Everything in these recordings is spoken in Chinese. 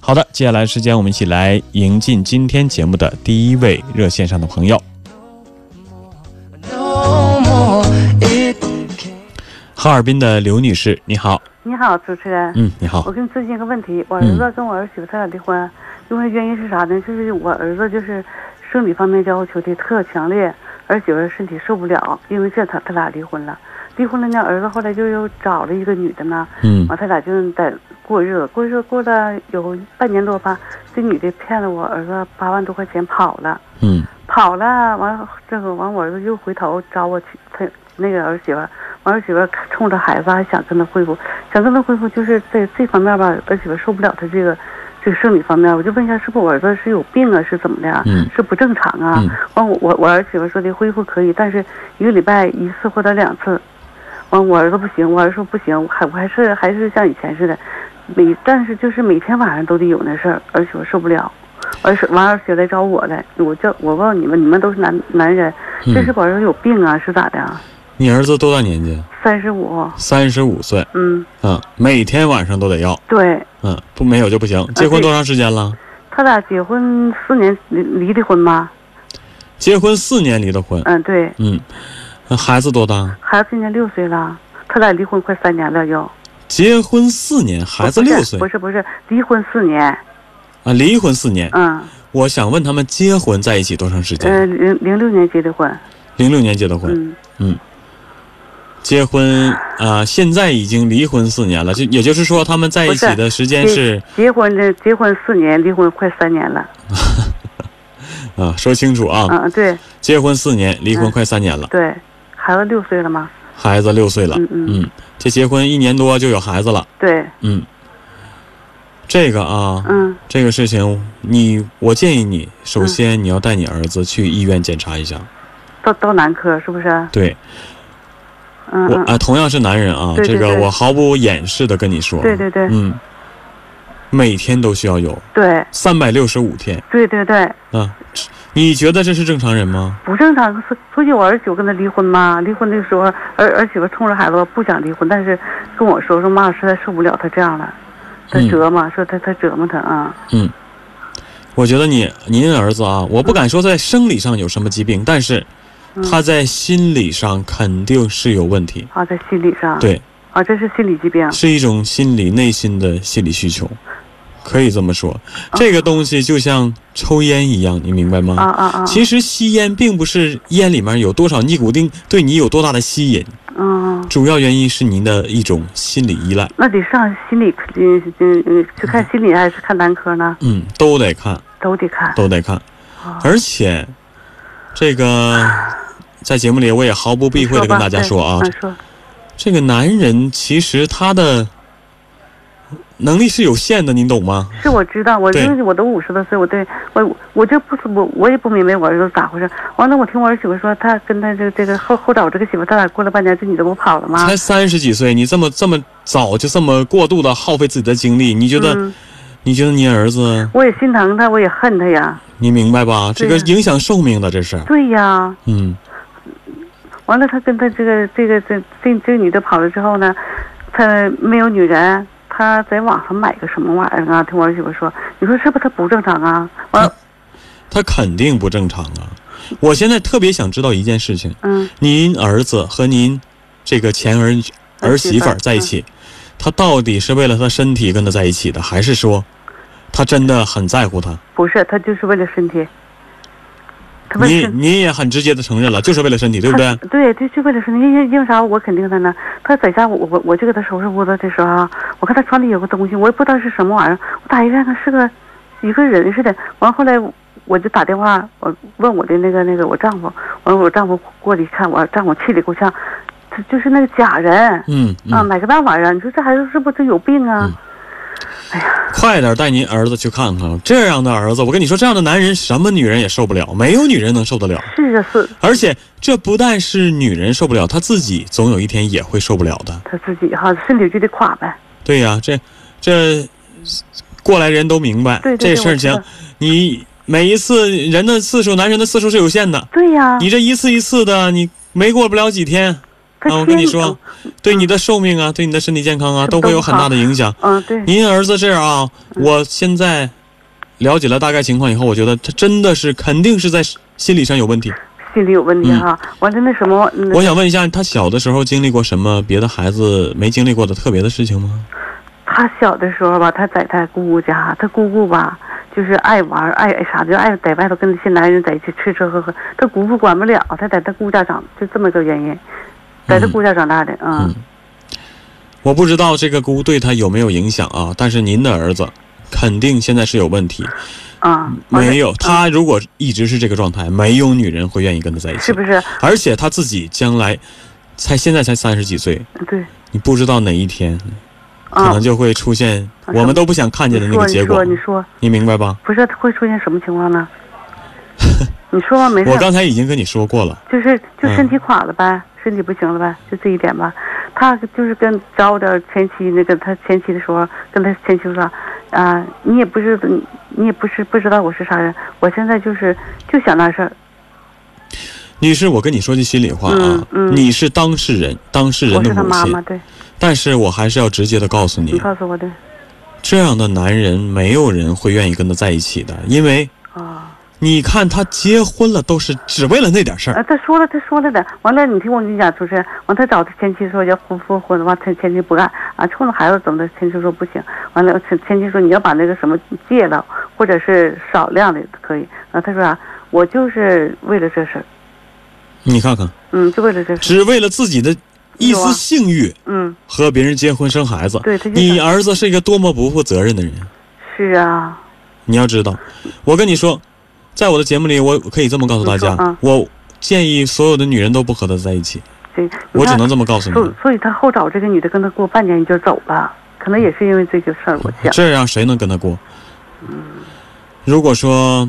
好的，接下来时间我们一起来迎进今天节目的第一位热线上的朋友。 No more it 哈尔滨的刘女士，你好。你好，主持人。嗯，你好我。跟你咨询一个问题，我儿子跟我儿媳妇他俩离婚，离婚原因是啥呢？就是我儿子就是生理方面要求的特强烈，儿媳妇身体受不了，因为这他他俩离婚了。离婚了呢，儿子后来就又找了一个女的呢，嗯完他俩就在过日子，过日子过了有半年多吧，这女的骗了我儿子八万多块钱跑了，嗯跑了完这个完我儿子又回头找我去他那个儿媳妇儿，完儿媳妇儿冲着孩子还想跟他恢复，想跟他恢复就是在这方面吧，儿媳妇儿受不了他这个这个生理方面，我就问一下是不是我儿子是有病啊，是怎么的、啊？嗯是不正常啊嗯？完、我我我儿媳妇儿说的恢复可以，但是一个礼拜一次或者两次。完我儿子不行，我儿子说不行，我还我还是还是像以前似的，每但是就是每天晚上都得有那事儿，儿媳妇儿受不了。而是完儿媳来找我来，我叫我问问你们，你们都是男男人，这是嗯，我儿子有病啊，是咋的啊？你儿子多大年纪？三十五，三十五岁。嗯，嗯，每天晚上都得要。对嗯，不没有就不行。啊结婚多长时间了？他俩结婚四年离离的婚吗？结婚四年离的婚。嗯，对，嗯，那孩子多大？孩子今年六岁了，他俩离婚快三年了又。结婚四年，孩子不是六岁不是不是，离婚四年，啊，离婚四年。嗯，我想问他们结婚在一起多长时呃，间？零零六年结的婚，零六年结的婚，嗯，结婚啊，现在已经离婚四年了，就也就是说他们在一起的时间是结婚的结婚四年，离婚快三年了，啊，说清楚啊，嗯，对结婚四年，离婚快三年了，对，孩子六岁了吗？孩子六岁了，嗯嗯，嗯，这结婚一年多就有孩子了，对，嗯，这个啊，嗯，这个事情你，我建议你首先你要带你儿子去医院检查一下，到到男科是不是？对嗯我嗯，啊，同样是男人啊，对这对个对我毫不掩饰的跟你说，对对对嗯，每天都需要有对三百六十五天对对对。啊，你觉得这是正常人吗？不正常，所所以我儿媳妇跟他离婚嘛，离婚的时候，儿儿媳妇冲着孩子不想离婚，但是跟我说说妈，我实在受不了他这样了，他嗯折磨，说他他折磨他啊，我觉得你您儿子啊，我不敢说在生理上有什么疾病，但是嗯他在心理上肯定是有问题，啊，在心理上，对，啊，这是心理疾病，是一种心理内心的心理需求，可以这么说。这个东西就像抽烟一样，你明白啊吗？啊啊，其实吸烟并不是烟里面有多少尼古丁对你有多大的吸引，嗯，主要原因是您的一种心理依赖。那得上心理科，嗯嗯嗯，去看心理还是看男科呢？嗯，都得看，都得看，都得看。啊而且，这个在节目里我也毫不避讳的你吧跟大家说啊，对嗯说，这个男人其实他的能力是有限的，您懂吗？是我知道，我对因为我都五十多岁，我对我我这不是我我也不明白我儿子咋回事。完了，我听我儿媳妇说，他跟他这个这个后后找这个媳妇，他俩过了半年，这女的不跑了吗？才三十几岁，你这么这么早就这么过度的耗费自己的精力，你觉得、嗯，你觉得你儿子，我也心疼他，我也恨他呀。你明白吧？这对个呀影响寿命的，这是，对呀，嗯，完了，他跟他这个这个这这这女的跑了之后呢，他没有女人。他在网上买个什么玩意儿啊？听我儿媳妇说，你说是不是他不正常啊？完了，他肯定不正常啊。我现在特别想知道一件事情，嗯，您儿子和您这个前儿儿媳妇儿在一起，他到底是为了他身体跟他在一起的，还是说他真的很在乎他？不是，他就是为了身体，他为了你身你也很直接的承认了，就是为了身体，对不对？对，就就为了说，因为因为啥？我肯定他呢。他在家我，我我去给他收拾屋子的时候啊，我看他穿的有个东西，我也不知道是什么玩意儿。我打一看，他是个一个人似的。完后来我就打电话，我问我的那个那个我丈夫，完我丈夫过来一看，我丈夫气里够呛，他就是那个假人、嗯啊，嗯，买个那玩意儿。你说这孩子是不是有病啊？嗯快点带您儿子去看看，这样的儿子，我跟你说，这样的男人什么女人也受不了，没有女人能受得了。是啊，是而且这不但是女人受不了，他自己总有一天也会受不了的。他自己哈，身体就得垮呗。对呀、这这过来人都明白，对对对，这事儿我知道情，你每一次人啊的次数，男人的次数是有限的，对呀、你这一次一次的，你没过不了几天，他啊，我跟你天说，对你的寿命啊，对你的身体健康啊，这都不嗯都会有不很大好的影响。嗯，对，您儿子这样啊，我现在了解了大概情况以后，我觉得他真的是肯定是在心理上有问题。心里有问题哈。完了那什么，嗯嗯我想问一下，他小的时候经历过什么别的孩子没经历过的特别的事情吗？他小的时候吧，他在他姑姑家，他姑姑吧，就是爱玩，爱爱啥，就爱在外头跟那些男人在一起吃吃喝喝。他姑父管不了，他在他姑家长，就这么个原因，在他嗯姑家长大的，嗯嗯我不知道这个姑对他有没有影响啊，但是您的儿子肯定现在是有问题。啊，完嗯了没有，他如果一直是这个状态，没有女人会愿意跟他在一起是。不是？而且他自己将来才现在才三十几岁，对，你不知道哪一天可啊能，就会出现啊我们都不想看见的你那个说结你果说，你说，你明白吧？不是会出现什么情 况呢？你说吧，没事我儿。刚才已经跟你说过了，就是就嗯身体垮了呗，身体不行了呗，就这一点吧。他就是跟找我点前妻那个他前妻的时候，跟他前妻说，啊、你也不是你也不是不知道我是啥人，我现在就是就想那事儿，女士，我跟你说句心里话啊嗯，嗯你是当事人，当事人我的是他母妈亲嗯妈，，对但是我还是要直接的告诉你你，告诉我的这样的男人没有人会愿意跟他在一起的，因为啊你看他结婚了都是只为了那点事儿，啊，他说了他说了的，完了你听我跟你讲，主持人，完他找他前妻说要婚复婚的话，他前妻不干啊，冲着孩子怎么的，前妻说不行，完了前前妻说你要把那个什么戒了，或者是少量的可以，啊，他说啊，我就是为了这事儿。你看看，嗯，就为了这事。只为了自己的一有啊丝性欲嗯，和别人结婚生孩子，对，他就你想儿子是一个多么不负责任的人。是啊，你要知道，我跟你说，在我的节目里，我可以这么告诉大家你，说啊我建议所有的女人都不和他在一起，对，你我只看能这么告诉所你。所以他后找这个女的跟他过半年就走了，可能也是因为这个事儿，我想。这样谁能跟他过？如果说，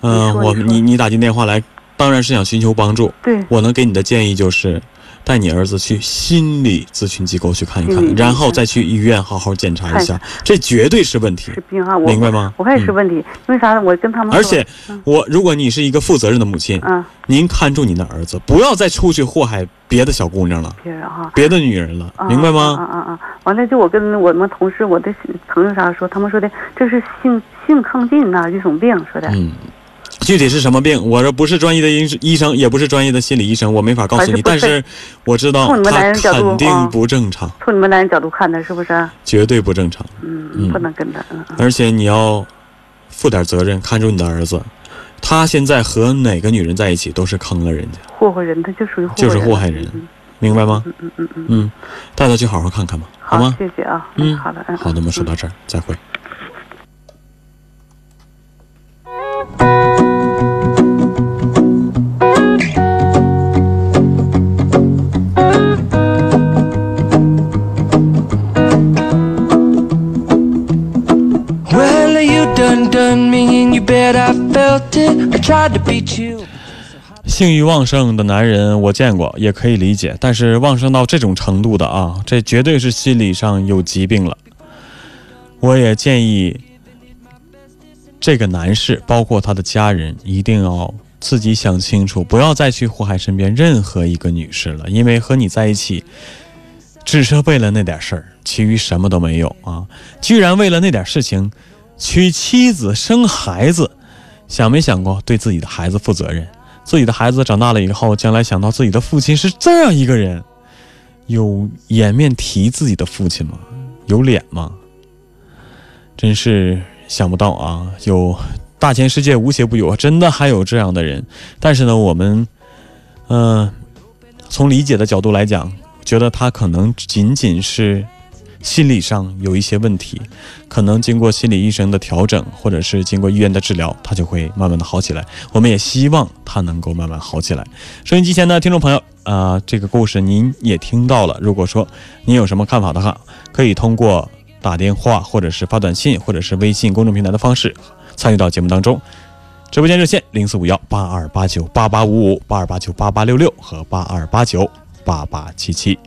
你嗯、说我你说你你打进电话来，当然是想寻求帮助。对，我能给你的建议就是，带你儿子去心理咨询机构去看一心理看，咨询然后再去医院好好检查一下，这绝对是问题是，病啊哈，我明白吗？我看也是嗯问题，因为啥呢？我跟他们说而且，我如果你是一个负责任的母亲，嗯，您看住您的儿子，不要再出去祸害别的小姑娘了，别人哈。别的女人了，啊明白啊吗？啊啊！完了，就我跟我们同事、我的朋友啥说，他们说的这是性性亢进呐、一种病，说的。嗯，具体是什么病，我这不是专业的医医生，也不是专业的心理医生，我没法告诉你。还但是是我不知道从你们男他人角度肯定啊不正常，从你们男人角度看的，是不是？啊绝对不正常。嗯，嗯不能跟他，嗯嗯而且你要负点责任，看住你的儿子。他现在和哪个女人在一起都是坑了人家，祸祸人，他就属于祸就是祸害害人人了。嗯明白吗？嗯嗯嗯嗯。嗯，带他去好好看看吧，好好吗，？谢谢啊。嗯好的，嗯，好，那么说嗯到这儿，再会。 Well, you done done me, and you bet I felt it. I tried to beat you. 性欲旺盛的男人我见过，也可以理解，但是旺盛到这种程度的啊，这绝对是心理上有疾病了。我也建议这个男士，包括他的家人，一定要自己想清楚，不要再去祸害身边任何一个女士了，因为和你在一起，只是为了那点事儿，其余什么都没有啊！居然为了那点事情娶妻子生孩子，想没想过对自己的孩子负责任？自己的孩子长大了以后，将来想到自己的父亲是这样一个人，有颜面提自己的父亲吗？有脸吗？真是想不到啊！有大千世界无邪不有，真的还有这样的人。但是呢，我们，嗯、从理解的角度来讲，觉得他可能仅仅是心理上有一些问题，可能经过心理医生的调整，或者是经过医院的治疗，他就会慢慢的好起来。我们也希望他能够慢慢好起来。收音机前的听众朋友啊、这个故事您也听到了。如果说您有什么看法的话，可以通过打电话，或者是发短信，或者是微信公众平台的方式参与到节目当中。直播间热线零四五幺八二八九八八五五八二八九八八六六和八二八九八八七七。